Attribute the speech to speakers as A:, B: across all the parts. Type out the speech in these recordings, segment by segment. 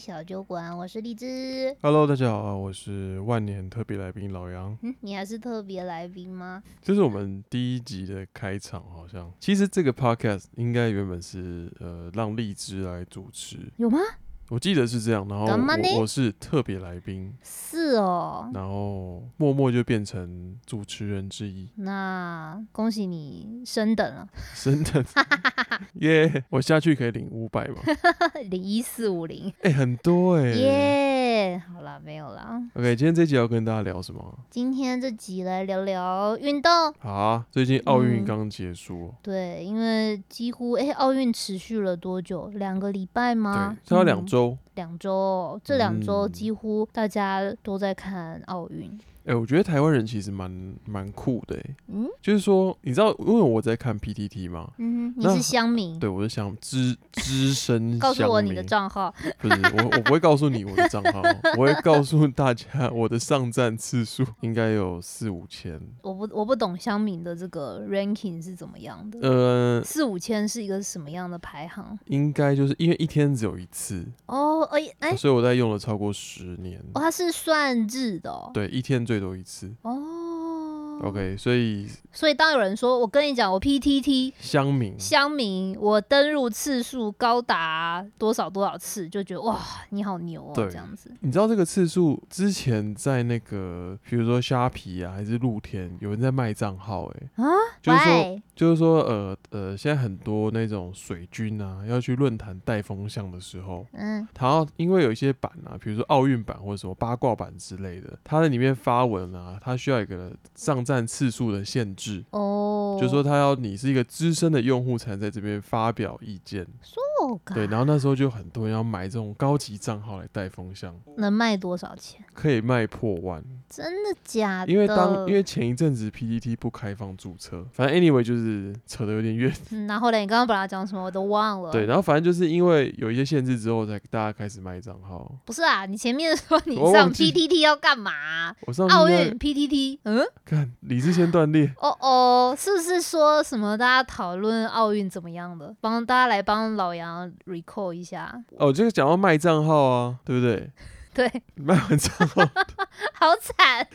A: 小酒馆，我是荔枝。
B: Hello，大家好啊，我是万年特别来宾老杨。
A: 嗯，你还是特别来宾吗？
B: 这是我们第一集的开场，好像其实这个 podcast 应该原本是呃让荔枝来主持，
A: 有吗？
B: 我记得是这样。然后
A: 干嘛呢
B: 我我是特别来宾，
A: 是哦。
B: 然后默默就变成主持人 之一，
A: 那恭喜你升等了，
B: 真的耶我下去可以领 五百嘛？
A: 零一四五零，
B: 哎、很多哎、
A: 耶！好啦，没有啦。
B: OK，今天这集要跟大家聊什么啊？
A: 今天这集来聊聊运动。
B: 好啊，最近奥运
A: 嗯
B: 刚结束哦、
A: 对，因为几乎哎，奥运持续了多久？两个礼拜吗
B: 对，？它要
A: 嗯
B: 两周。
A: 两周哦，这两周
B: 嗯
A: 几乎大家都在看奥运。
B: 哎、我觉得台湾人其实蛮蛮酷的、欸，
A: 嗯
B: 就是说，你知道，因为我在看 PTT 嘛，
A: 嗯哼，你
B: 那
A: 是乡民，
B: 对我是想资资深
A: 告诉
B: 乡
A: 我你的
B: 民
A: 账号。
B: 不是我，我不会告诉你我的账号，我会告诉大家我的上站次数应该有四五千，
A: 我不我不懂乡民的这个 ranking 是怎么样的，
B: 呃，
A: 四五千是一个什么样的排行？
B: 应该就是因为一天只有一次，
A: 哦，哎、哎、
B: 所以我在用了超过十年，
A: 哦，它是算日的哦。
B: 对，一天最多一次。
A: 哦
B: OK，所以
A: 所以当有人说我跟你讲，我 PTT
B: 乡民
A: 乡民，我登入次数高达多少多少次，就觉得哇，你好牛哦，
B: 对
A: 这样子。
B: 你知道这个次数之前在那个，比如说虾皮啊，还是露天，有人在卖账号、欸，
A: 啊
B: 就是说，
A: 喂，
B: 就是说，呃呃，现在很多那种水军啊，要去论坛带风向的时候，
A: 嗯，
B: 他要因为有一些版啊，比如说奥运版或者什么八卦版之类的，他在里面发文啊，他需要一个上站次数的限制。
A: 哦，
B: 就是说他要你是一个资深的用户才能在这边发表意见，
A: 哦，
B: 对，然后那时候就很多人要买这种高级账号来带风向，
A: 能卖多少钱？
B: 可以卖破万。
A: 真的假的？
B: 因为当因为前一阵子 PPT 不开放注册，反正 anyway 就是扯得有点远，
A: 嗯，然后嘞，你刚刚本来讲什么我都忘了。
B: 对，然后反正就是因为有一些限制之后，才大家开始卖账号。
A: 不是啊，你前面说你
B: 我
A: 上
B: 忘记
A: PTT 要干嘛？
B: 我上
A: 奥
B: 次在
A: 运 PTT，嗯，
B: 看理智先断裂，
A: 哦哦，是不是说什么大家讨论奥运怎么样的？帮大家来帮老杨 recall 一下，
B: 哦，这个讲到卖账号啊，对不对？
A: 对，
B: 卖完账号，
A: 好惨，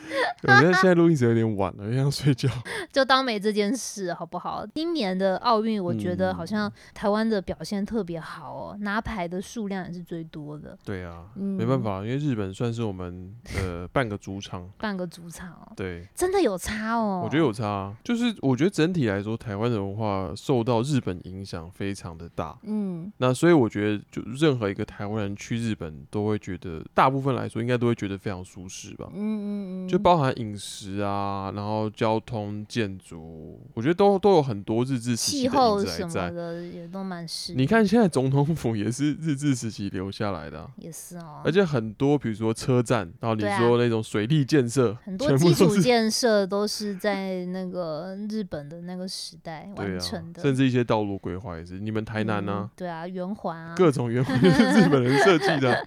B: 我觉得现在录音时有点晚了，有点想睡觉。
A: 就当没这件事好不好？今年的奥运，我觉
B: 嗯
A: 得好像台湾的表现特别好哦，拿牌的数量也是最多的，
B: 对啊，
A: 嗯
B: 没办法，因为日本算是我们的半个主场。
A: 半个主场哦，
B: 对，
A: 真的有差哦。
B: 我觉得有差啊，就是我觉得整体来说，台湾的文化受到日本影响非常的大。
A: 嗯，
B: 那所以我觉得，就任何一个台湾人去日本，都会觉得，大部分来说应该都会觉得非常舒适吧
A: 嗯。嗯嗯嗯，
B: 就包含饮食啊，然后交通、建筑，我觉得都都有很多日治时期
A: 气
B: 的影
A: 候
B: 子
A: 什
B: 还
A: 么
B: 在。
A: 的也都蛮适
B: 你看现在总统府也是日治时期留下来的啊、
A: 也是哦，
B: 而且很多比如说车站，然后你
A: 对啊
B: 说那种水利建设，
A: 很多
B: 全部
A: 基
B: 都
A: 础
B: 是
A: 建设都是在那个日本的那个时代
B: 对
A: 完
B: 啊
A: 成，的，
B: 甚至一些道路规划也是，你们台南
A: 嗯
B: 啊，
A: 对啊，圆环啊，
B: 各种原本就是日本人设计的啊，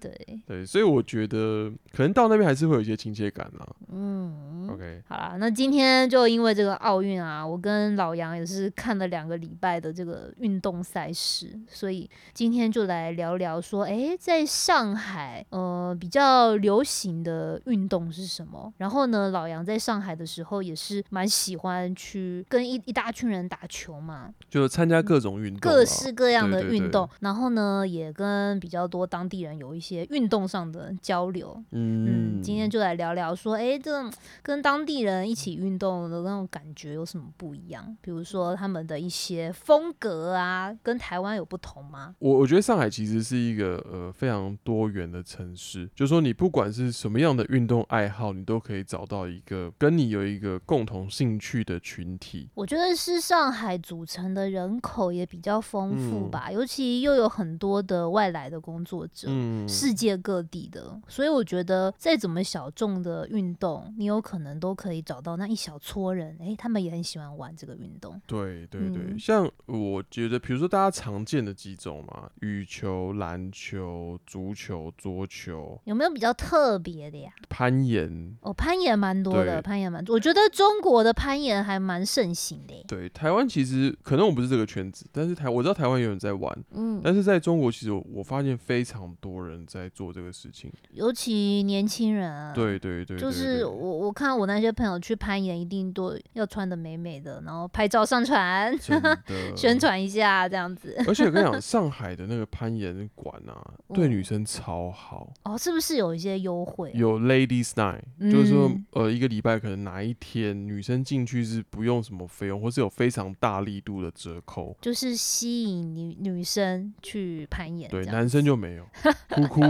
A: 对，
B: 对，所以我觉得可能到那边还是会有一些亲切感啦、啊
A: 嗯。
B: OK，
A: 好啦，那今天就因为这个奥运啊，我跟老杨也是看了两个礼拜的这个运动赛事，所以今天就来聊聊说，诶，在上海，呃，比较流行的运动是什么？然后呢，老杨在上海的时候也是蛮喜欢去跟一一大群人打球嘛，
B: 就是参加各种运动啊，
A: 各式各样的
B: 对对
A: 运动，然后呢，也跟比较多当地人有一些运动上的交流。嗯，
B: 嗯，
A: 今天就来聊聊说，诶，这种跟当地人一起运动的那种感觉有什么不一样？比如说他们的一些风格啊，跟台湾有不同吗？
B: 我我觉得上海其实是一个呃非常多元的城市，就是说你不管是什么样的运动爱好，你都可以找到一个跟你有一个共同兴趣的群体。
A: 我觉得是上海组成的人口也比较丰富
B: 嗯
A: 吧，尤其又有很多的外来的工作者，
B: 嗯，
A: 世界各地的，所以我觉得再怎么小众的运动，你有可能都可以找到那一小撮人，诶，他们也很喜欢玩这个运动。
B: 对对对，
A: 嗯
B: 像我觉得，比如说大家常见的几种嘛，羽球、篮球、足球、桌球、
A: 有没有比较特别的呀？
B: 攀岩。
A: 哦，攀岩蛮多的，
B: 对
A: 攀岩蛮多。我觉得中国的攀岩还蛮盛行的耶。欸
B: 对，台湾其实可能我不是这个圈子，但是台我知道台湾有人在玩，
A: 嗯，
B: 但是在中国其实我我发现非常多人人在做这个事情。
A: 尤其年轻人啊，
B: 对对对，
A: 嗯就
B: 对
A: 是
B: 对
A: 我我看我那些朋友去攀岩，一定都要穿的美美的，然后拍照上传，
B: 真的
A: 宣。传一下这样子。
B: 而且我 跟你讲，上海的那个攀岩馆啊，对
A: 嗯
B: 女生超好，
A: 哦，是不是有一些优惠啊？
B: 有 Ladies Night，、就是说
A: 嗯
B: 呃一个礼拜可能哪一天女生进去是不用什么费用，或是有非常大力度的折扣。
A: 就是吸引女女生去攀岩，
B: 对，
A: 这样
B: 男生就没有，哭哭。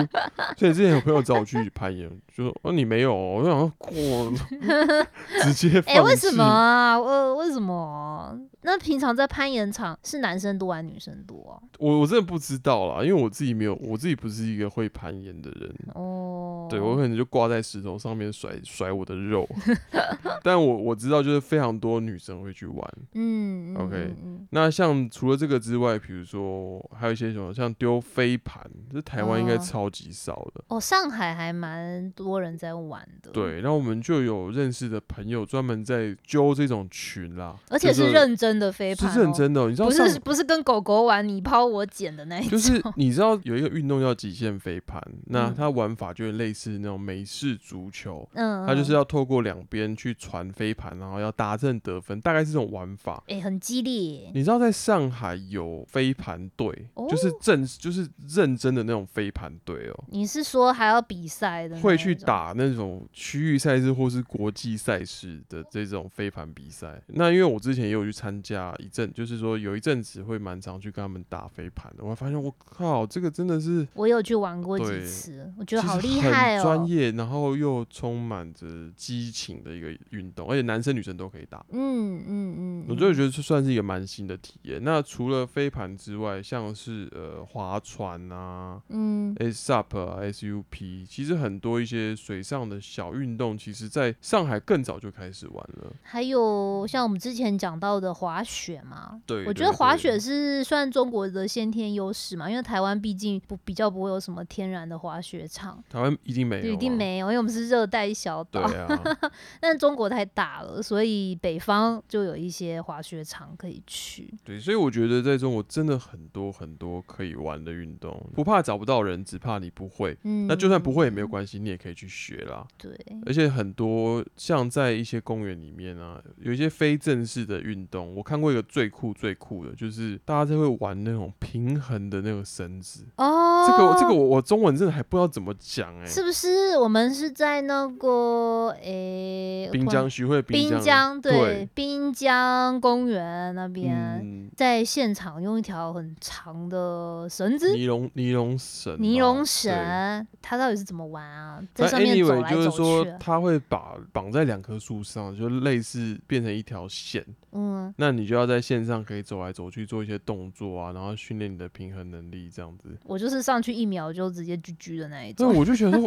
B: 所以之前有朋友找我去攀岩，就说：“哦，你没有哦、我就想说，哇， 直接
A: 哎、
B: 放
A: 为什
B: 弃
A: 么啊？呃，为什么？啊那平常在攀岩场是男生多还是女生多啊
B: 我我真的不知道啦，因为我自己没有，我自己不是一个会攀岩的人。
A: 啊？哦，
B: 对我可能就挂在石头上面甩甩我的肉， 但我我知道就是非常多女生会去玩。
A: 嗯嗯
B: OK
A: 嗯嗯
B: 那像除了这个之外，比如说还有一些什么，像丢飞盘，这台湾应该
A: 哦
B: 超级少的。
A: 哦，上海还蛮多人在玩的，，
B: 对，然后我们就有认识的朋友专门在揪这种群啦，
A: 而且
B: 就是
A: 认真的飞盘、哦，
B: 是认，真的哦、你知道
A: 不
B: 上
A: 是不是跟狗狗玩你抛我捡的那一种，
B: 就是你知道有一个运动叫极限飞盘，那
A: 嗯
B: 它玩法就有点类似那种美式足球，
A: 嗯，
B: 它就是
A: 要
B: 要透过两边去传飞盘，然后要达阵得分，大概是这种玩法。
A: 哎、很激烈，
B: 你知道在上海有飞盘队，就是
A: 哦
B: 正就是认真的那种飞盘队哦，
A: 你是说还要比赛的那一种，
B: 会去打那种区域赛事或是国际赛事的这种飞盘比赛。那因为我之前也有去参加一阵，就是说有一阵子会蛮常去跟他们打飞盘的。我发现我靠，这个真的是
A: 我有去玩过
B: 对
A: 几次，我觉得
B: 其
A: 好
B: 实
A: 厉
B: 很
A: 害哦，
B: 专业，然后又充满着激情的一个运动，而且男生女生都可以打。
A: 嗯嗯嗯，
B: 我就觉得这算是一个蛮新的体验。那除了飞盘之外，像是呃划船啊、
A: 嗯
B: SUP 啊、SUP，其实很多一些水上的小运动，其实在上海更早就开始玩了。
A: 还有像我们之前讲到的滑雪嘛，
B: 对
A: 我觉
B: 对
A: 得滑
B: 对
A: 雪是算中国的先天优势嘛，因为台湾毕竟不比较不会有什么天然的滑雪场，
B: 台湾一定没有、
A: 就一定。没有，因为我们是热带小
B: 啊对
A: 岛，
B: 啊，
A: 但是中国太大了，所以北方就有一些滑雪场可以去。
B: 对，所以我觉得在中国真的很多很多可以玩的运动，不怕找不到人，只怕你不会。
A: 嗯，
B: 那就算不会也没有关系，你也可以去学啦。
A: 对，
B: 而且很多像在一些公园里面啊，有一些非正式的运动，我看过一个最酷最酷的，就是大家就会玩那种平衡的那个绳子。
A: 哦，
B: 呃这个这个我我中文真的还不知道怎么讲哎、
A: 是不是我们是在那个诶、
B: 滨
A: 突然
B: 江徐汇
A: 滨
B: 江
A: 江对
B: 对，
A: 滨江公园那边。
B: 嗯，
A: 在现场用一条很长的绳子、
B: 尼龙尼龙绳嘛，
A: 尼龙
B: 对。
A: 绳，它到底是怎么玩啊？在
B: 但
A: 上面走
B: anyway，
A: 来
B: 就是
A: 走
B: 说
A: 去啊，
B: 它会把绑在两棵树上，就类似变成一条线，
A: 嗯，
B: 那你就要在线上可以走来走去，做一些动作啊，然后训练你的平衡能力，这样子。
A: 我就是上去一秒就直接居居的那一
B: 对，
A: 种。
B: 我就觉得说，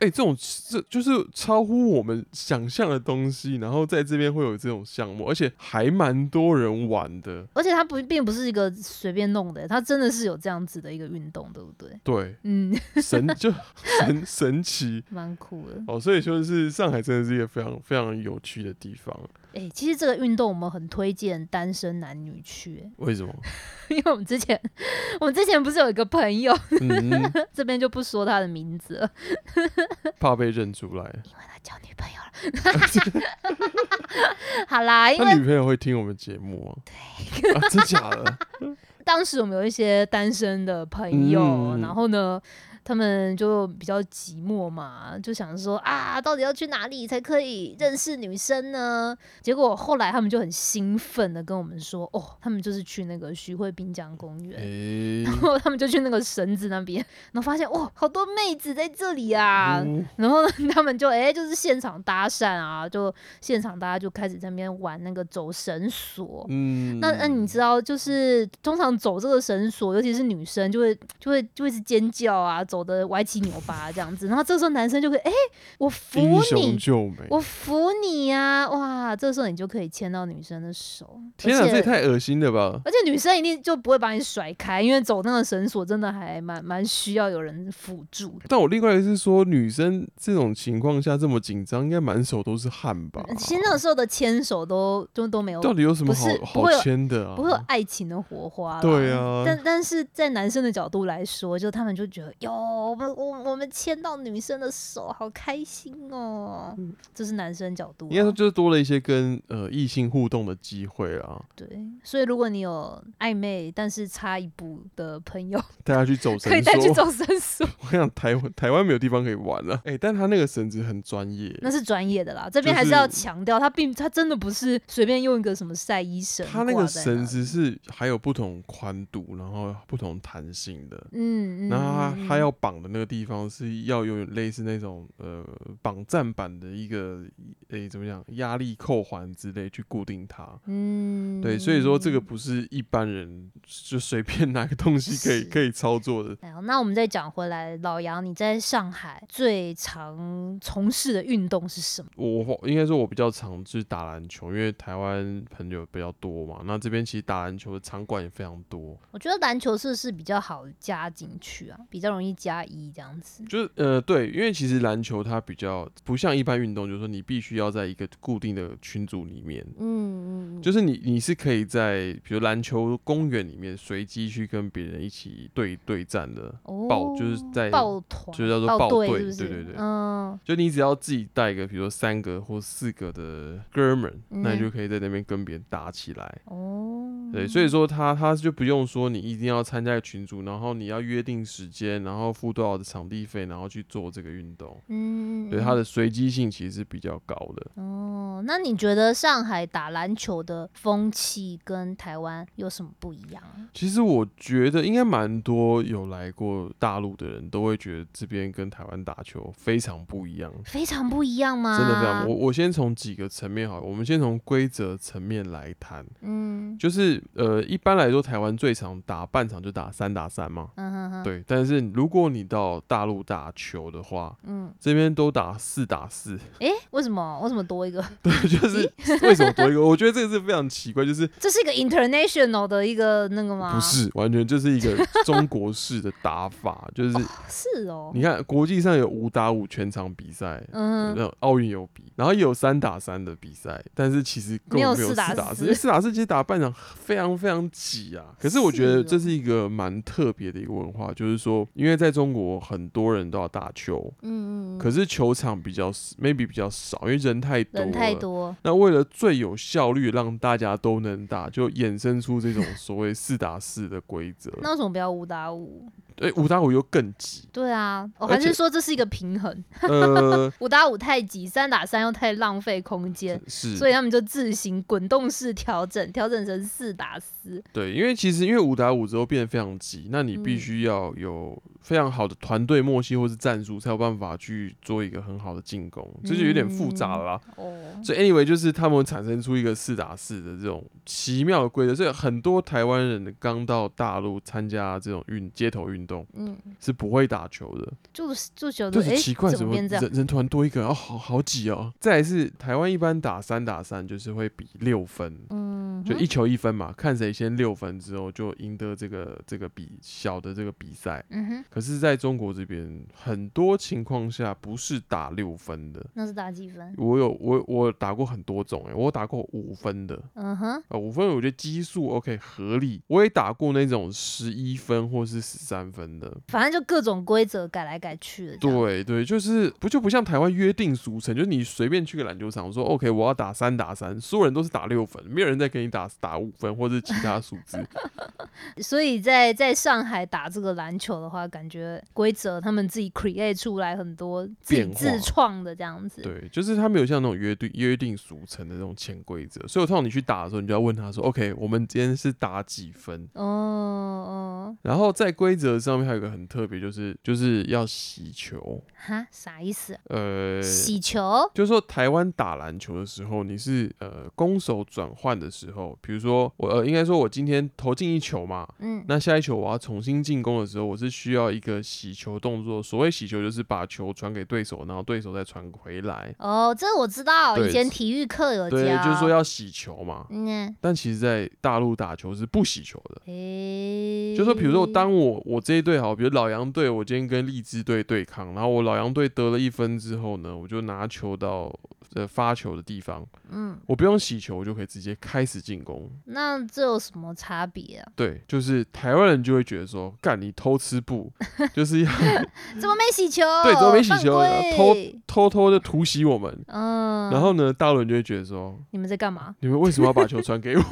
B: 哎、这种这就是超乎我们想象的东西，然后在这边会有这种项目，而且还蛮多人玩的。
A: 而且它不并不是一个随便弄的，它真的是有这样子的一个运动，对不对？
B: 对，
A: 嗯，
B: 神就 神神奇
A: 蛮酷的。
B: 哦，所以就是上海真的是一个非常非常有趣的地方。
A: 哎、其实这个运动我们很推荐单身男女去、 哎
B: 为什么？
A: 因为我们之前我们之前不是有一个朋友，
B: 嗯，
A: 这边就不说他的名字了，
B: 怕被认出来。
A: 因为他交女朋友了。 好啦， 因为
B: 他女朋友会听我们节目吗？对、啊，真 假的？
A: 当时我们有一些单身的朋友，
B: 嗯
A: 然后呢，他们就比较寂寞嘛，就想说啊，到底要去哪里才可以认识女生呢？结果后来他们就很兴奋的跟我们说，哦，他们就是去那个徐汇滨江公园。
B: 哎、
A: 然后他们就去那个绳子那边，然后发现哦哇，好多妹子在这里啊！
B: 嗯
A: 然后呢，他们就哎、就是现场搭讪啊，就现场大家就开始在那边玩那个走绳索，
B: 嗯
A: 那那你知道，就是通常走这个绳索，尤其是女生，就会就会就会是尖叫啊，走的歪七扭八这样子。然后这时候男生就会，哎、我扶
B: 英雄
A: 你，
B: 救美？
A: 我扶你呀、哇！这时候你就可以牵到女生的手。
B: 天啊，
A: 而
B: 这也
A: 且
B: 太恶心了吧！
A: 而且女生一定就不会把你甩开，因为走那个绳索真的还蛮蛮需要有人辅助的。
B: 但我另外一个是说，女生这种情况下这么紧张，应该满手都是汗吧？
A: 嗯其实那个时候的牵手都都都没有，
B: 到底有什么
A: 不是
B: 好
A: 不会有
B: 好牵的啊？
A: 不会有爱情的火花啦。
B: 对啊
A: 但但是在男生的角度来说，就他们就觉得，哟，哦，我们我我们牵到女生的手，好开心哦。
B: 嗯
A: 这是男生角度、啊，
B: 应该说就是多了一些跟呃异性互动的机会啊啦，
A: 对。所以如果你有暧昧但是差一步的朋友，
B: 带他去走绳
A: 可以再去
B: 索。
A: 走绳索，
B: 我想台湾台湾没有地方可以玩了、哎、但他那个绳子很专业，
A: 那是专业的啦。这边
B: 就
A: 还是要
B: 是
A: 强调，他并他真的不是随便用一个什么晒衣绳，
B: 它那个绳，子是还有不同宽度，然后不同弹性的。
A: 嗯嗯，
B: 然后它
A: 嗯嗯
B: 它要绑的那个地方是要有点类似那种呃绑站板的一个诶、怎么讲压力扣环之类去固定它。
A: 嗯，
B: 对，所以说这个不是一般人就随便拿个东西可以
A: 是
B: 可以操作的。
A: 哎呦，那我们再讲回来，老杨，你在上海最常从事的运动是什么？
B: 我我应该说，我比较常就是打篮球，因为台湾朋友比较多嘛。那这边其实打篮球的场馆也非常多，
A: 我觉得篮球是不是比较好加进去啊，比较容易加一这样子。
B: 就是呃，对，因为其实篮球它比较不像一般运动，就是说你必须要在一个固定的群组里面，
A: 嗯嗯，
B: 就是你你是可以在比如篮球公园里面随机去跟别人一起对对战的，
A: 哦
B: 抱，就是在
A: 抱团，
B: 就叫做
A: 抱
B: 抱
A: 队，
B: 队
A: 是不是？
B: 对对对
A: 嗯，
B: 就你只要自己带一个比如说三个或四个的哥们，那
A: 嗯
B: 你就可以在那边跟别人打起来。
A: 哦，
B: 对，所以说他他就不用说你一定要参加一个群组，然后你要约定时间，然后付多少的场地费，然后去做这个运动。
A: 嗯，嗯
B: 对，它的随机性其实是比较高的。
A: 哦，那你觉得上海打篮球的风气跟台湾有什么不一样啊？
B: 其实我觉得应该蛮多有来过大陆的人都会觉得这边跟台湾打球非常不一样，
A: 非常不一样吗？
B: 真的非常。我我先从几个层面好了，我们先从规则层面来谈，
A: 嗯
B: 就是呃，一般来说台湾最常打半场就打三打三嘛，
A: 嗯哼哼，
B: 对。但是如果你到大陆打球的话，
A: 嗯，
B: 这边都打四打四，
A: 诶，为什么为什么多一个？
B: 对，就是为什么多一个？我觉得这个是非常奇怪，就是
A: 这是一个 international 的一个那个吗？
B: 不，是完全就是一个中国式的打法，就是
A: 是哦。
B: 你看，国际上有五打五全场比赛，
A: 嗯哼，
B: 那奥运有比，然后也有三打三的比赛，但是其实
A: 没
B: 根本没
A: 有
B: 有
A: 四
B: 四
A: 打
B: 打
A: 四
B: 四，因为四打四其实打半场非常非常挤啊。可是我觉
A: 是
B: 得
A: 哦
B: 这是一个蛮特别的一个文化，就是说，因为在中国很多人都要打球，
A: 嗯嗯嗯，
B: 可是球场比较 s- maybe 比较少，因为人太多，
A: 人太。多，
B: 那为了最有效率让大家都能打，就衍生出这种所谓四打四的规则。
A: 那为什么不要五打五？。
B: 对，五打五又更挤
A: 对啊，我、
B: 而
A: 还是
B: 且
A: 说这是一个平衡，
B: 呃，
A: 五打五太急，三打三又太浪费空间，
B: 是。
A: 所以他们就自行滚动式调整，调整成四打四。
B: 对，因为其实因为五打五之后变得非常急，那你必
A: 嗯
B: 须要有非常好的团队默契或是战术，才有办法去做一个很好的进攻，这就有点复杂了啦。
A: 哦，
B: 所以 anyway，就是他们产生出一个四打四的这种奇妙的规则，所以很多台湾人刚到大陆参加这种运街头运动
A: 嗯，是
B: 是不会打球的，
A: 就是就觉得
B: 就
A: 诶，
B: 是奇怪，
A: 怎
B: 怎
A: 么
B: 么
A: 变
B: 人
A: 这样？
B: 人突然多一个哦，好好挤哦。再来是台湾一般打三打三就是会比六分，
A: 嗯哼，
B: 就一球一分嘛，看谁先六分之后就赢得这个这个比小的这个比赛。
A: 嗯哼，
B: 可是，在中国这边，很多情况下不是打六分的。
A: 那是打几分？
B: 我有我我有打过很多种诶、欸我有打过五分的，
A: 嗯哼，
B: 呃，五分我觉得基数 OK 合理。我也打过那种十一分或是十三分的。
A: 反正就各种规则改来改去的。，
B: 对对，就是不就不像台湾约定俗成，就是你随便去个篮球场说 OK，我要打三打三，所有人都是打六分，没有人再给你打打五分或者其他数字。
A: 所以在在上海打这个篮球的话，感觉规则他们自己 create 出来很多自己
B: 变化
A: 自创的这样子。
B: 对，就是他没有像那种约定约定俗成的那种潜规则，所以我通常你去打的时候，你就要问他说：“OK，我们今天是打几分
A: 哦哦，？”
B: 然后在规则上面还有一个很特别，就是就是要洗球。
A: 哈，啥意思啊？
B: 呃，
A: 洗球？
B: 就是说台湾打篮球的时候，你是呃攻守转换的时候，比如说我呃应该说我今天投进一球嘛。
A: 嗯
B: 那下一球我要重新进攻的时候，我是需要一个洗球动作。所谓洗球，就是把球传给对手，然后对手再传回来。
A: 哦，这我知道，
B: 对
A: 以前体育课有教。
B: 对，就是说。要洗球嘛。
A: 嗯，
B: 但其实，在大陆打球是不洗球的。
A: 诶、
B: 就说，比如
A: 嗯
B: 说，当我我这一队好，比如老杨队，我今天跟荔枝队对抗，然后我老杨队得了一分之后呢，我就拿球到呃发球的地方，
A: 嗯，
B: 我不用洗球，我就可以直接开始进攻。
A: 那这有什么差别啊？
B: 对，就是台湾人就会觉得说，干你偷吃布，就是要
A: 怎么没洗球？
B: 对怎么没洗球
A: 犯规
B: 偷偷偷的突袭我们。
A: 嗯，
B: 然后呢，大陆人就会觉得说，
A: 你们在干嘛？
B: 你们为什么要把球传给我？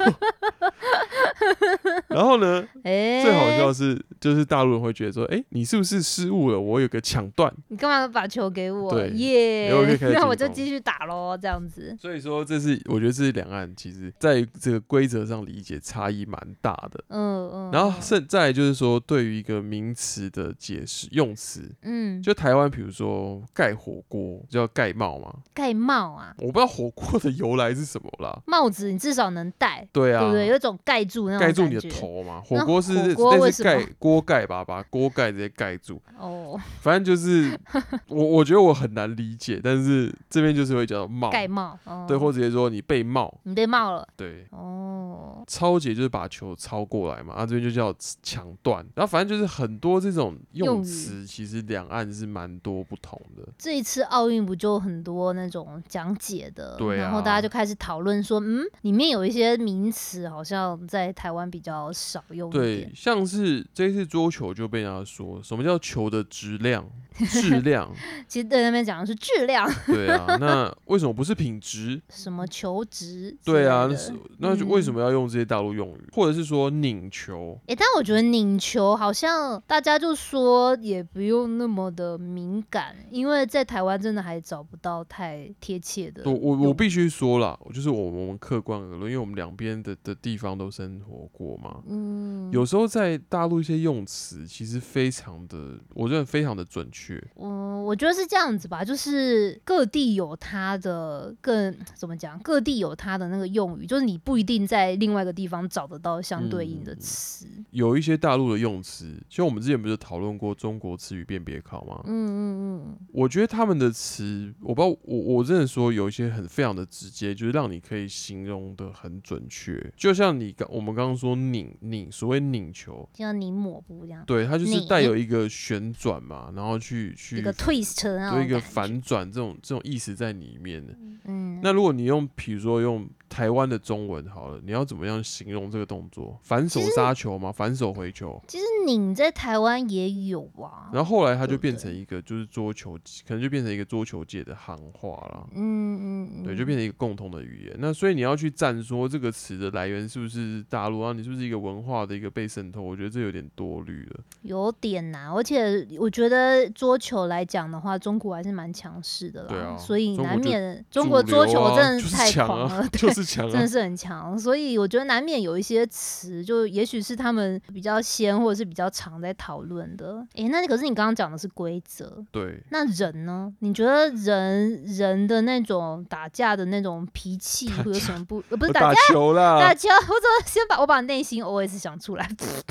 B: 然后呢，
A: 哎、
B: 最好笑的是，就是大陆人会觉得说，哎、你是不是失误了？我有个抢断。
A: 你干嘛把球给我？
B: 对
A: 耶、
B: 然后就开 始
A: 那我
B: 进
A: 就
B: 攻
A: 继续打喽，这样子。
B: 所以说，这是我觉得这是两岸其实在这个规则上理解差异蛮大的。
A: 嗯嗯。
B: 然后
A: 嗯
B: 甚再来就是说，对于一个名词的解释用词，
A: 嗯，
B: 就台湾比如说盖火锅叫盖帽嘛，
A: 盖帽啊，
B: 我不知道火锅的由来是什么啦。
A: 帽子你至少能戴，
B: 对
A: 对
B: 啊
A: 不，对？有一种盖住那种
B: 盖住
A: 感
B: 你的
A: 觉
B: 头嘛，
A: 那
B: 火锅是
A: 火锅为
B: 类
A: 什
B: 似
A: 么
B: 盖锅盖吧，把锅盖直接盖住。
A: 哦，
B: 反正就是 我我觉得我很难理解，但是这边就是会叫帽，
A: 盖帽。哦、
B: 对，或直接说你被帽，
A: 你被帽了。
B: 对，
A: 哦，
B: 超解就是把球抄过来嘛，啊这边就叫抢断，然后反正就是很多这种
A: 用
B: 用
A: 语
B: 词，其实两岸是蛮多不同的。
A: 这一次奥运不就很多那种讲解的，
B: 对啊
A: 然后大家就开始讨论说，嗯，里面有一些名词好像在台湾比较少用一
B: 对
A: 点，，
B: 像是这次桌球就被人家说什么叫球的质 量、质量，
A: 其实对那边讲的是质量，
B: 对啊，那为什么不是品 质？
A: 什么求职，
B: 对啊，那
A: 哎
B: 是那就为什么要用这些大陆用语，或者是说拧球？、
A: 诶但我觉得拧球好像大家就说也不用那么的敏感，因为在台湾真的还找不到太贴切的
B: 我
A: 用。
B: 我我必须说啦，就是我我们客观而论，因为我们两边的的地方都生活过嘛，
A: 嗯
B: 有时候在大陆一些用词其实非常的，我认为非常的准确。
A: 嗯，我觉得是这样子吧，就是各地有它的更怎么讲，各地有它的那个用语，就是你不一定在另外一个地方找得到相对应的
B: 嗯
A: 词。
B: 有一些大陆的用词，像我们之前不是讨论过中国词语辨别考吗？
A: 嗯嗯嗯
B: 我觉得他们的词，我不知道，我我真的说有一些很非常的直接，就是让你可以形容的很准确。就像你刚我们刚刚说拧拧，所谓拧球，
A: 就像你抹布这样，
B: 对，它就是
A: 拧
B: 带有一个旋转嘛，然后去去
A: 一个 twist 的那种
B: 做一个
A: 感觉
B: 反转这种这种意思在里面的。
A: 嗯，
B: 那如果你用，比如说用台湾的中文好了，你要怎么样形容这个动作？反手杀球吗？反手回球？
A: 其实拧在台湾也有啊。
B: 然后后来它就
A: 对
B: 变成一个，就是桌球，可能就变成一个桌球界的行话啦。
A: 嗯嗯嗯，
B: 对，就变成一个共同的语言。那所以你要去站说这个词的来源是不是大陆，然后你是不是一个文化的一个被渗透？我觉得这有点多虑了。
A: 有点难，而且我觉得桌球来讲的话，中国还是蛮强势的啦，
B: 对啊
A: 所以
B: 中国
A: 难
B: 就
A: 免中国桌
B: 主流
A: 球
B: 啊
A: 真的
B: 就是
A: 太
B: 强
A: 狂了，
B: 啊， 就是强
A: 真
B: 啊
A: 的。是很强，所以我觉得难免有一些词，就也许是他们比较先，或者是比较常在讨论的。诶、那可是你刚刚讲的是规则，
B: 对，
A: 那人呢？你觉得人人的那种打架的那种脾气会有什么不？呃，不是打
B: 打
A: 架。
B: 球
A: 打
B: 啦，
A: 球，我怎么先把我把内心 OS 想出来？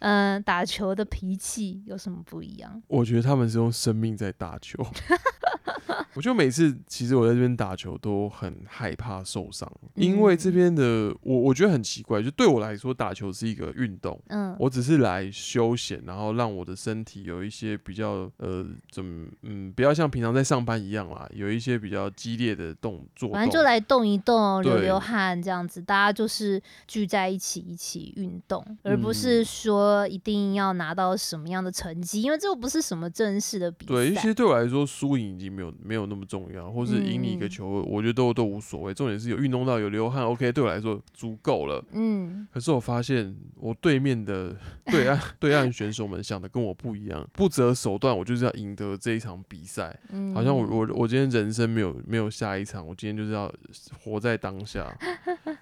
A: 嗯，打球的脾气有什么不一样？
B: 我觉得他们是用生命在打球。 我就每次，其实我在这边打球都很害怕受伤，因为
A: 嗯
B: 这边的我，我觉得很奇怪，就对我来说，打球是一个运动，
A: 嗯，
B: 我只是来休闲，然后让我的身体有一些比较呃，怎么嗯，不要像平常在上班一样啦，有一些比较激烈的动作动。
A: 反正就来动一动，流
B: 对
A: 流汗这样子，大家就是聚在一起一起运动，而不是
B: 嗯
A: 说一定要拿到什么样的成绩，因为这又不是什么正式的比赛。
B: 对，其实对我来说，输赢已经没有没有那么重要，或是赢你一
A: 嗯
B: 个球，我觉得都都无所谓。重点是有运动到有流汗，OK，对我来说足够了。
A: 嗯，
B: 可是我发现我对面的对岸对岸选手们想的跟我不一样，不择手段，我就是要赢得这一场比赛。
A: 嗯
B: 好像我我我今天人生没有没有下一场，我今天就是要活在当下。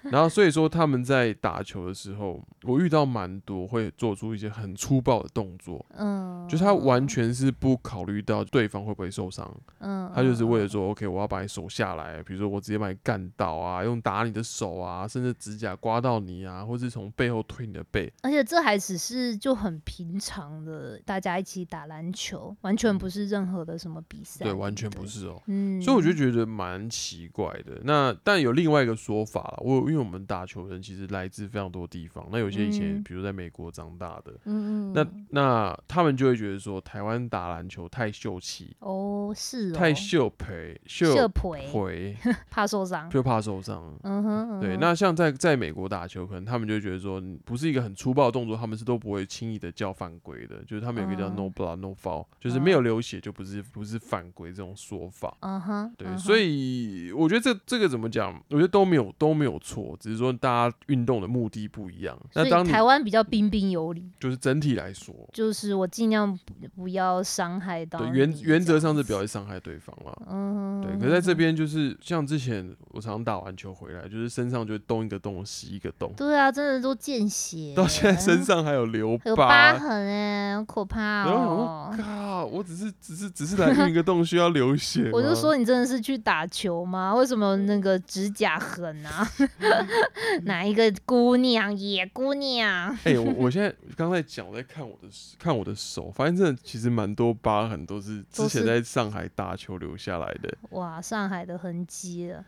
B: 然后所以说他们在打球的时候，我遇到蛮多会做出一些很粗暴的动作，
A: 嗯，
B: 就是他完全是不考虑到对方会不会受伤，
A: 嗯，
B: 他就是为了
A: 嗯
B: 说 OK 我要把你手下来，比如说我直接把你干倒啊，用打你的手啊，甚至指甲刮到你啊，或是从背后推你的背。
A: 而且这还只是就很平常的，大家一起打篮球，完全不是任何的什么比赛，
B: 嗯对，完全
A: 对
B: 不。是哦、
A: 嗯，
B: 所以我就觉得蛮奇怪的。那但有另外一个说法啦，我因为为我们打球人其实来自非常多地方，那有些以前
A: 嗯
B: 比如在美国长大的，
A: 嗯嗯，
B: 那那他们就会觉得说台湾打篮球太秀气，
A: 哦是哦，
B: 太秀培
A: 社
B: 秀
A: 培
B: 培，
A: 怕受伤，
B: 就怕受伤。
A: 嗯哼，嗯
B: 对，
A: 哼
B: 那像在在美国打球，可能他们就会觉得说，你不是一个很粗暴的动作，他们是都不会轻易的叫犯规的，就是他们有一个叫
A: 嗯
B: no blood no foul，就是没
A: 嗯
B: 有流血就不是不是犯规这种说法。
A: 嗯哼，
B: 对，
A: 嗯哼
B: 所以我觉得这这个怎么讲？我觉得都没有都没有错，只是说大家运动的目的不一样。
A: 所
B: 那
A: 以
B: 当你
A: 台湾比较彬彬有礼，
B: 就是整体来说，
A: 就是我尽量不不要伤害到
B: 对原
A: 你
B: 原则
A: 这
B: 上
A: 样
B: 是
A: 子
B: 不要去伤害对方啦。
A: 嗯，
B: 对，可是在这边就是像之前我常打完球回来，就是身上就会东一个洞西一个洞，
A: 对啊，真的都见血，
B: 到现在身上还有留
A: 还有
B: 疤
A: 疤。痕哎、好可怕
B: 然后我
A: 哦
B: 想！说，靠，我只是只是只是来运一个洞，需要流血吗。
A: 我就说你真的是去打球吗？为什么那个指甲痕 啊？ 哪一个姑娘野姑娘？
B: 哎、我我现在刚在讲，我在看我的看我的手，发现真的其实蛮多疤痕都是之
A: 都
B: 前
A: 是
B: 在上海打球留下来的，
A: 哇，上海的痕迹了，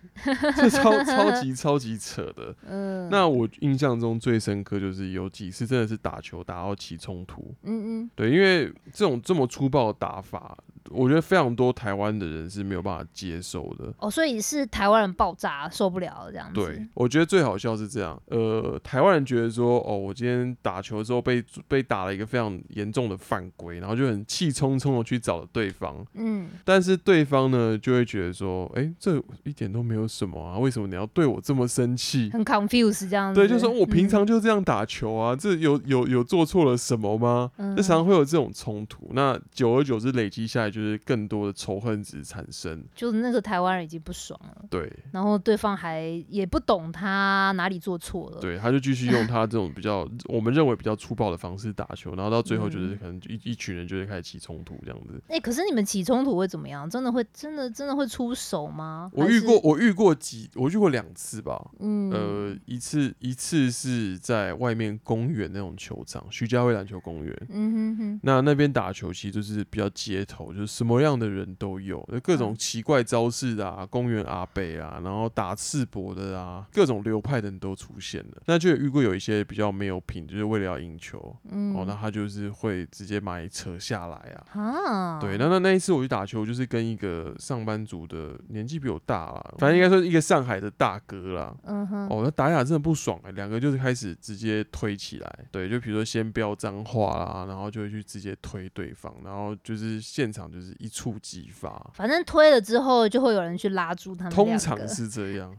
B: 这超超级超级扯的。
A: 嗯，
B: 那我印象中最深刻就是有几次真的是打球打到起冲突，
A: 嗯嗯，
B: 对，因为这种这么粗暴的打法，我觉得非常多台湾的人是没有办法接受的。
A: 哦，所以是台湾人爆炸受不了这样子，
B: 对，，我觉得最好笑是这样，呃，台湾人觉得说，哦，我今天打球之后被被打了一个非常严重的犯规，然后就很气冲冲的去找了对方，
A: 嗯，
B: 但是对方呢就会觉得说，哎、这一点都没有什么啊，为什么你要对我这么生气？
A: 很 confuse 这样子，
B: 对，就说我平
A: 嗯
B: 常就这样打球啊，这有有有做错了什么吗？
A: 嗯
B: 就常常会有这种冲突，那久而久之累积下来，就是更多的仇恨值产生。
A: 就是那个台湾人已经不爽了，
B: 对，
A: 然后对方还也不懂他哪里做错了，
B: 对，他就继续用他这种比较我们认为比较粗暴的方式打球，然后到最后就是
A: 嗯
B: 可能一一群人就会开始起冲突这样子。
A: 哎、可是你们起冲突会怎么样？真的会真的真的会出手吗？
B: 我
A: 还
B: 遇
A: 是
B: 过，，我遇过几，我遇过两次吧。
A: 嗯，
B: 呃，一次一次是在外面公园那种球场，徐家汇篮球公园。
A: 嗯哼哼，
B: 那那边打球其实就是比较街头，就是什么样的人都有，就各种
A: 嗯
B: 奇怪招式的啊，公园阿北啊，然后打赤膊的啊，各种流派的人都出现了。那就有遇过有一些比较没有品，就是为了要赢球，
A: 嗯，
B: 哦，那他就是会直接买扯下来啊。
A: 啊，
B: 对，那那那一次我去打球，就是跟一个上班族的年纪比我大啦，反正应该说是一个上海的大哥啦。
A: 嗯哼，
B: 哦，那打打真的不爽哎、两个就是开始直接推起来，对，就比如说先飙脏话啦，然后就会去直接推对方，然后就是现场就是一触即发，
A: 反正推了之后就会有人去拉住他们两
B: 通
A: 个。
B: 常是这 样。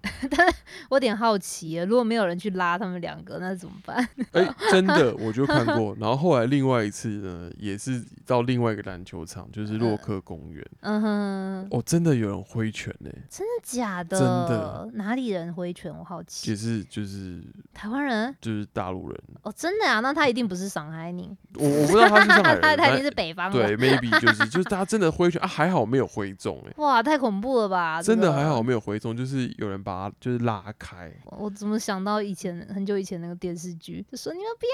A: 我有点好奇耶，如果没有人去拉他们两个，那怎么办？
B: 哎、真的我就看过，然后后来另外一次呢，也是到另外一个篮球场，就是洛克公园，
A: 嗯哼，
B: 哦，真的有人挥拳欸呢、
A: 真的假的？
B: 真的
A: 哪里人挥拳？我好奇，
B: 也是就是
A: 台湾人
B: 就是大陆人，
A: 哦，真的啊，那他一定不是上海人，
B: 我我不知道他是上海 人，
A: 他他一定
B: 但
A: 是北方人。
B: 对，maybe 就是就是他真的挥拳啊，还好没有挥中哎、
A: 哇，太恐怖了吧！啊这
B: 真的
A: 个
B: 还好没有回中，就是有人把他就是拉 开，
A: 我我怎么想到以前很久以前那个电视剧，就说你们不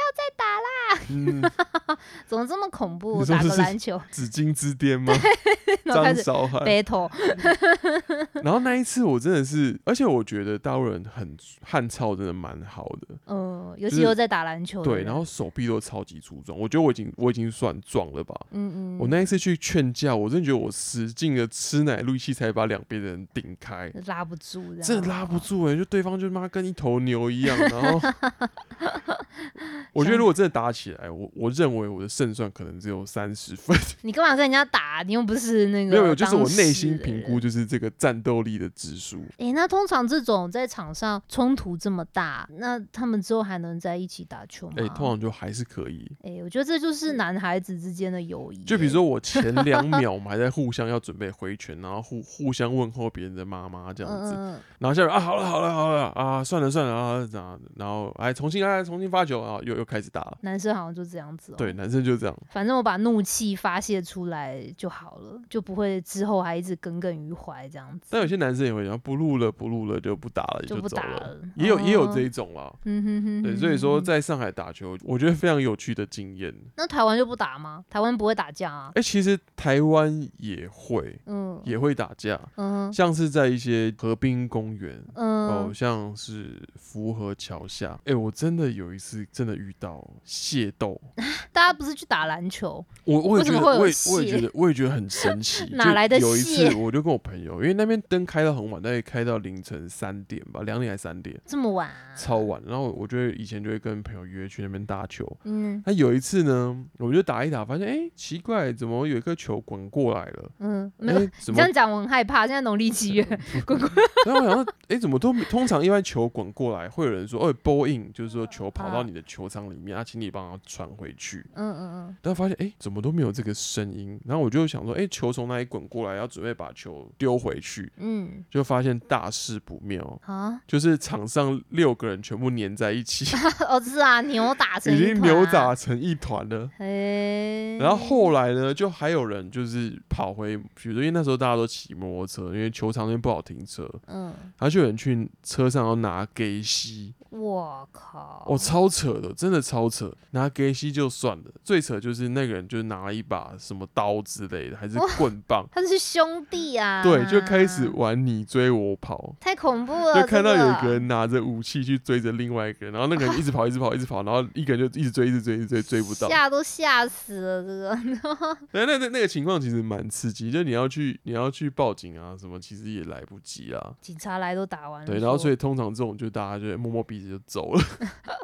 B: 嗯，
A: 要怎么这么恐怖，
B: 你说
A: 打个
B: 是
A: 篮 球
B: 紫金之巅吗？
A: 然后开
B: 张
A: 始
B: 韶涵。
A: battle，
B: 然后那一次我真的是，而且我觉得大陆人很汉操真的蛮好的，
A: 嗯，尤
B: 就
A: 其
B: 是
A: 又在打篮球的人，
B: 对，然后手臂都超级粗壮，我觉得我已经我已经算壮了吧。
A: 嗯嗯，
B: 我那一次去劝架，我真的觉得我使尽了吃奶力气才把两边的人顶开，
A: 拉不住，哦
B: 真的拉不，住哎、就对方就妈跟一头牛一样，然后我觉得如果真的打起来，我我认为我的胜算可能只有三十分，
A: 你干嘛跟人家打？你又不是那个，
B: 没有没有，就是我内心评
A: 欸
B: 估。就是这个战斗力的指数。
A: 诶、那通常这种在场上冲突这么大，那他们之后还能在一起打球吗？
B: 哎、通常就还是可以。
A: 诶、我觉得这就是男孩子之间的友谊耶。
B: 就比如说我前两秒我们还在互相要准备挥拳，然后互 互相问候别人的妈妈这
A: 嗯，
B: 样
A: 嗯
B: 子，
A: 嗯嗯，
B: 然后下面啊好了好了好了啊算了算了啊然后然后哎重新哎重新发球啊又又开始打了。
A: 男生好像就这样子、哦。
B: 对，，男生就这样。
A: 反正我把怒气发泄出来就好了，就不会之后还一直耿耿于怀这样子。
B: 但有些男生也会讲不录了，不录了就不打了，
A: 就不
B: 走
A: 打
B: 了。
A: 了
B: 也有也有
A: 哦
B: 这一种啦，
A: 嗯哼哼
B: 对，
A: 哼
B: 所以说
A: 哼
B: 在上海打球，我觉得非常有趣的经验。
A: 那台湾就不打吗？台湾不会打架啊
B: 哎、。其实台湾也会
A: 嗯，
B: 也会打架，
A: 嗯哼
B: 像是在一些河滨公园，哦，
A: 嗯，
B: 像是福和桥下，哎、我真的有一次真的遇到械斗，
A: 大家不是去打篮球？
B: 我我也
A: 为什
B: 觉得，
A: 么会有
B: 我也我也
A: 蟹
B: 觉得，我也觉得很神奇
A: 。哪
B: 就
A: 来的
B: 有一次
A: 蟹，
B: 我就跟我朋友，因为那边灯开到很晚，大概开到凌晨三点吧，两点还三点，
A: 这么晚、啊？
B: 超晚。然后我就会以前就会跟朋友约去那边打球。
A: 嗯
B: 那有一次呢，我就打一打，发现哎、诶奇怪，怎么有一颗球滚过来了？
A: 嗯，没有。
B: 哎、怎
A: 你
B: 么
A: 这？样讲我很害怕。现在农历七 月，滚滚
B: 然后我想说，哎、怎么都没通常一般球滚过来，会有人说，哦、b a l l in，就是说球跑到
A: 啊
B: 你的球场里面，啊，请你帮他传回去。
A: 嗯嗯
B: 但发现哎、诶怎么都没有这个声音。然后我就想说，哎、球从哪里滚过来？要准备把球丢回去，
A: 嗯
B: 就发现大事不妙，
A: 嗯，啊，
B: 就是场上六个人全部粘在一起，
A: 哦是啊， 牛打成
B: 已
A: 一
B: 经
A: 团
B: 扭
A: 啊
B: 打，成一团了。
A: 哎，
B: 然后后来呢，就还有人就是跑回，比如说因为那时候大家都骑摩托车，因为球场那边不好停车，
A: 嗯，
B: 然后就有人去车上要拿给吸，
A: 我靠，
B: 哦，超扯的，真的超扯，拿给吸就算了，最扯就是那个人就拿了一把什么刀之类的，还是
A: 哇
B: 棍棒，
A: 他是兄弟啊，
B: 对，就开始玩你追我跑。
A: 太恐怖了，
B: 就看到
A: 这
B: 有一个人拿着武器去追着另外一个人，然后那个人一直跑，一直跑，一直跑，然后一个人就一直追，一直追，一直追，追不到。
A: 吓都吓死了，这个
B: 对，那那那个情况其实蛮刺激，就你要去你要去报警啊什么，其实也来不及啊。
A: 警察来都打完了，
B: 对，然后所
A: 以
B: 以通常这种就大家就摸摸鼻子就走了，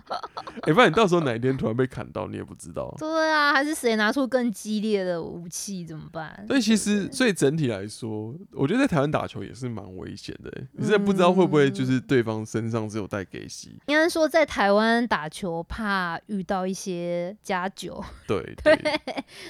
B: 哎、不然你到时候哪一天突然被砍到，你也不知道。
A: 对啊，还是谁拿出更激烈的武器怎么办？
B: 所以其
A: 对不
B: 实，
A: 对
B: 所以整体来说，我觉得在台湾打球也是蛮危险的、欸你真的不知道会不会
A: 嗯
B: 就是对方身上是有带给息。
A: 应该说在台湾打球怕遇到一些家酒，
B: 对对，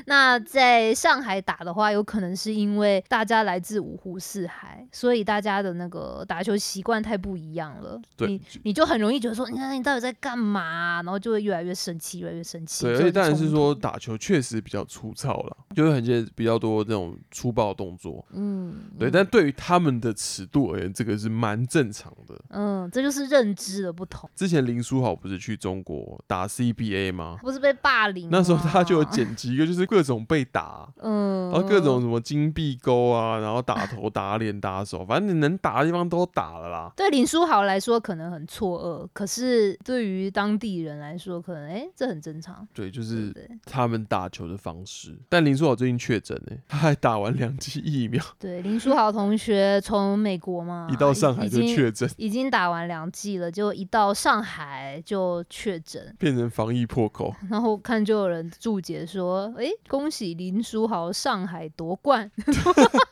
A: 那在上海打的话，有可能是因为大家来自五湖四海，所以大家的那个打球习惯太不一样了。
B: 对
A: 你你就很容易觉得说，你看你到底在干嘛啊、然后就会越来越生气，越来越生气。
B: 对，而
A: 就
B: 且
A: 会
B: 当然是
A: 冲
B: 说
A: 突，
B: 打球确实比较粗糙了，就是很些比较多这种粗暴动作。
A: 嗯，
B: 对，
A: 嗯
B: 但对于他们的尺度而言，这个是蛮正常的。
A: 嗯，这就是认知的不同，
B: 之前林书豪不是去中国打 CBA 吗？
A: 不是被霸凌吗。
B: 那时候他就有剪辑一个，就是各种被打，
A: 嗯，
B: 然后各种什么金币钩啊，然后打头、打脸、打手，反正你能打的地方都打了啦。
A: 对林书豪来说可能很错愕，可是对于当地人来说，可能哎、诶这很正常，
B: 对，就
A: 对不
B: 是
A: 对？
B: 他们打球的方式。但林书豪最近确诊呢，他还打完两剂 疫苗，
A: 对，林书豪同学从美国嘛，
B: 一到上海
A: 已
B: 就
A: 经
B: 确诊，
A: 已经打完两剂了，结果一到上海就确诊，
B: 变成防疫破口。
A: 然后看就有人注解说：“诶，恭喜林书豪上海夺冠，
B: 这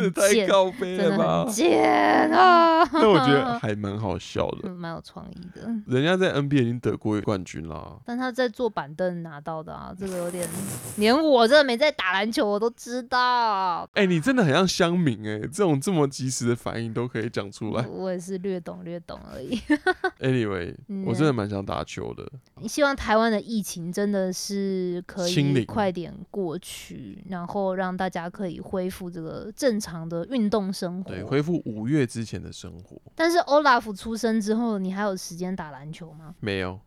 A: 很
B: 太
A: 贱，
B: 高飞
A: 真
B: 了
A: 的
B: 吧
A: 很？贱啊！”
B: 那我觉 得还蛮好笑的。
A: 嗯蛮有创意的，
B: 人家在 NBA 已经得过冠军啦，
A: 但他在坐板凳拿到的啊，这个有点，连我这没在打篮球我都知道。
B: 哎、你真的很像乡民哎、这种这么及时的反应都可以讲 出来。
A: 我也是略懂略懂而已。
B: Anyway，、
A: 嗯哦
B: 我真的蛮想打球的。
A: 希望台湾的疫情真的是可
B: 清零
A: 以快点过去，然后让大家可以恢复这个正常的运动生活。
B: 对，恢复五月之前的生活
A: 但是 Olaf 出生之后，你还有时间打篮球吗？
B: 没有。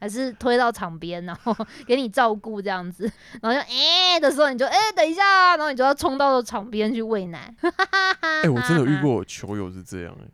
A: 还是推到场边，然后 给你照顾这样子， 然后就哎、的时候你就哎、等一下啊，然后你就要冲到场边去喂奶。 哎
B: 哎、我真的有遇过我球友是这样哎、
A: 啊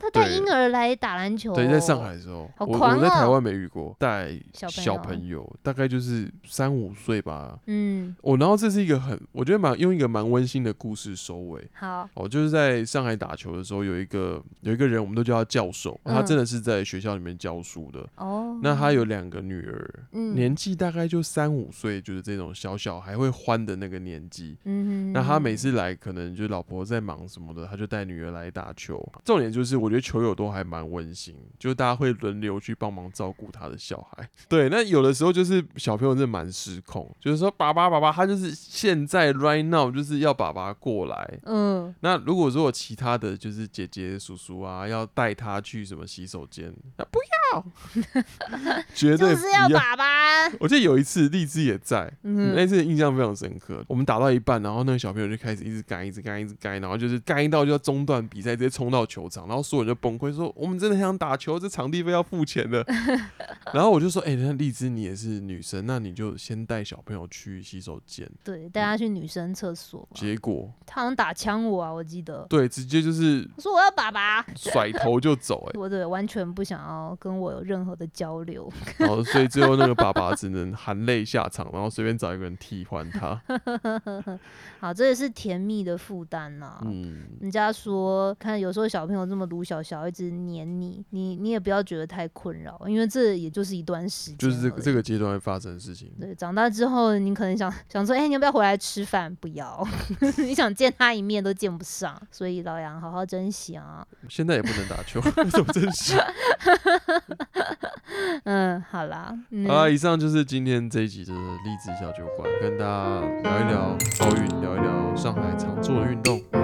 A: 他带
B: 对
A: 婴儿来打篮球，
B: 对，在上海。的时候，
A: 哦好
B: 我
A: 狂
B: 我在台
A: 哦
B: 湾没遇过，带
A: 小朋
B: 小
A: 友
B: 朋友大概就是三五岁吧。
A: 嗯，
B: 我、然后这是一个很，我觉得蛮用一个蛮温馨的故事收尾。
A: 好，
B: 哦，就是在上海打球的时候，有一个有一个人，我们都叫他教授，
A: 嗯
B: 他真的是在学校里面教书的。
A: 哦，
B: 那他有两个女儿，
A: 嗯
B: 年纪大概就三五岁，就是这种小小还会欢的那个年纪。
A: 嗯哼，
B: 那他每次来，可能就老婆在忙什么的，他就带女儿来打球。重点就是，我觉得球友都还蛮温馨，就是大家会轮流去帮忙照顾他的小孩。 对，那有的时候就是小朋友真的蛮失控，就是说爸爸爸爸，他就是现在 right now 就是要爸爸滑过来。
A: 嗯，
B: 那如果说有其他的就是姐姐、叔叔啊，要带他去什么洗手间，那不 要，绝对嗯
A: 就
B: 不
A: 是要粑粑。
B: 我记得有一次荔枝也在，
A: 嗯
B: 那次印象非常深刻。我们打到一半，然后那个小朋友就开始一直干，一直干，一直干，然后就是干到就要中断比赛，直接冲到球场，然后所有人就崩溃说：“我们真的很想打球，这场地费要付钱 的。”然后我就说：“哎、那荔枝你也是女生，那你就先带小朋友去洗手间。
A: 对，带他去女生厕所吧”
B: 结果
A: 他好像打枪我啊，我记得。
B: 对，直接就是
A: 我说我要粑粑，
B: 甩头就走、
A: 我对完全不想要跟我有任何的交流。
B: 哎，然后所以最后那个爸爸只能含泪下场，然后随便找一个人替换他。
A: 好，这也是甜蜜的负担呐、
B: 嗯，
A: 人家说，看有时候小朋友这么鲁小小，一直黏你，你你也不要觉得太困扰，因为这也就是一段时间而
B: 就
A: 已。
B: 是这个这个阶段会发生的事情。
A: 对，长大之后你可能想想说，哎、你要不要回来吃饭？不要， 你想见他一面都见不上，所以老杨好好珍惜啊。
B: 现在也不能打球， 怎么真是？
A: 嗯，好啦，嗯，
B: 好啦，以上就是今天这一集的励志小酒馆，跟大家聊一聊奥运，聊一聊上海常做的运动。我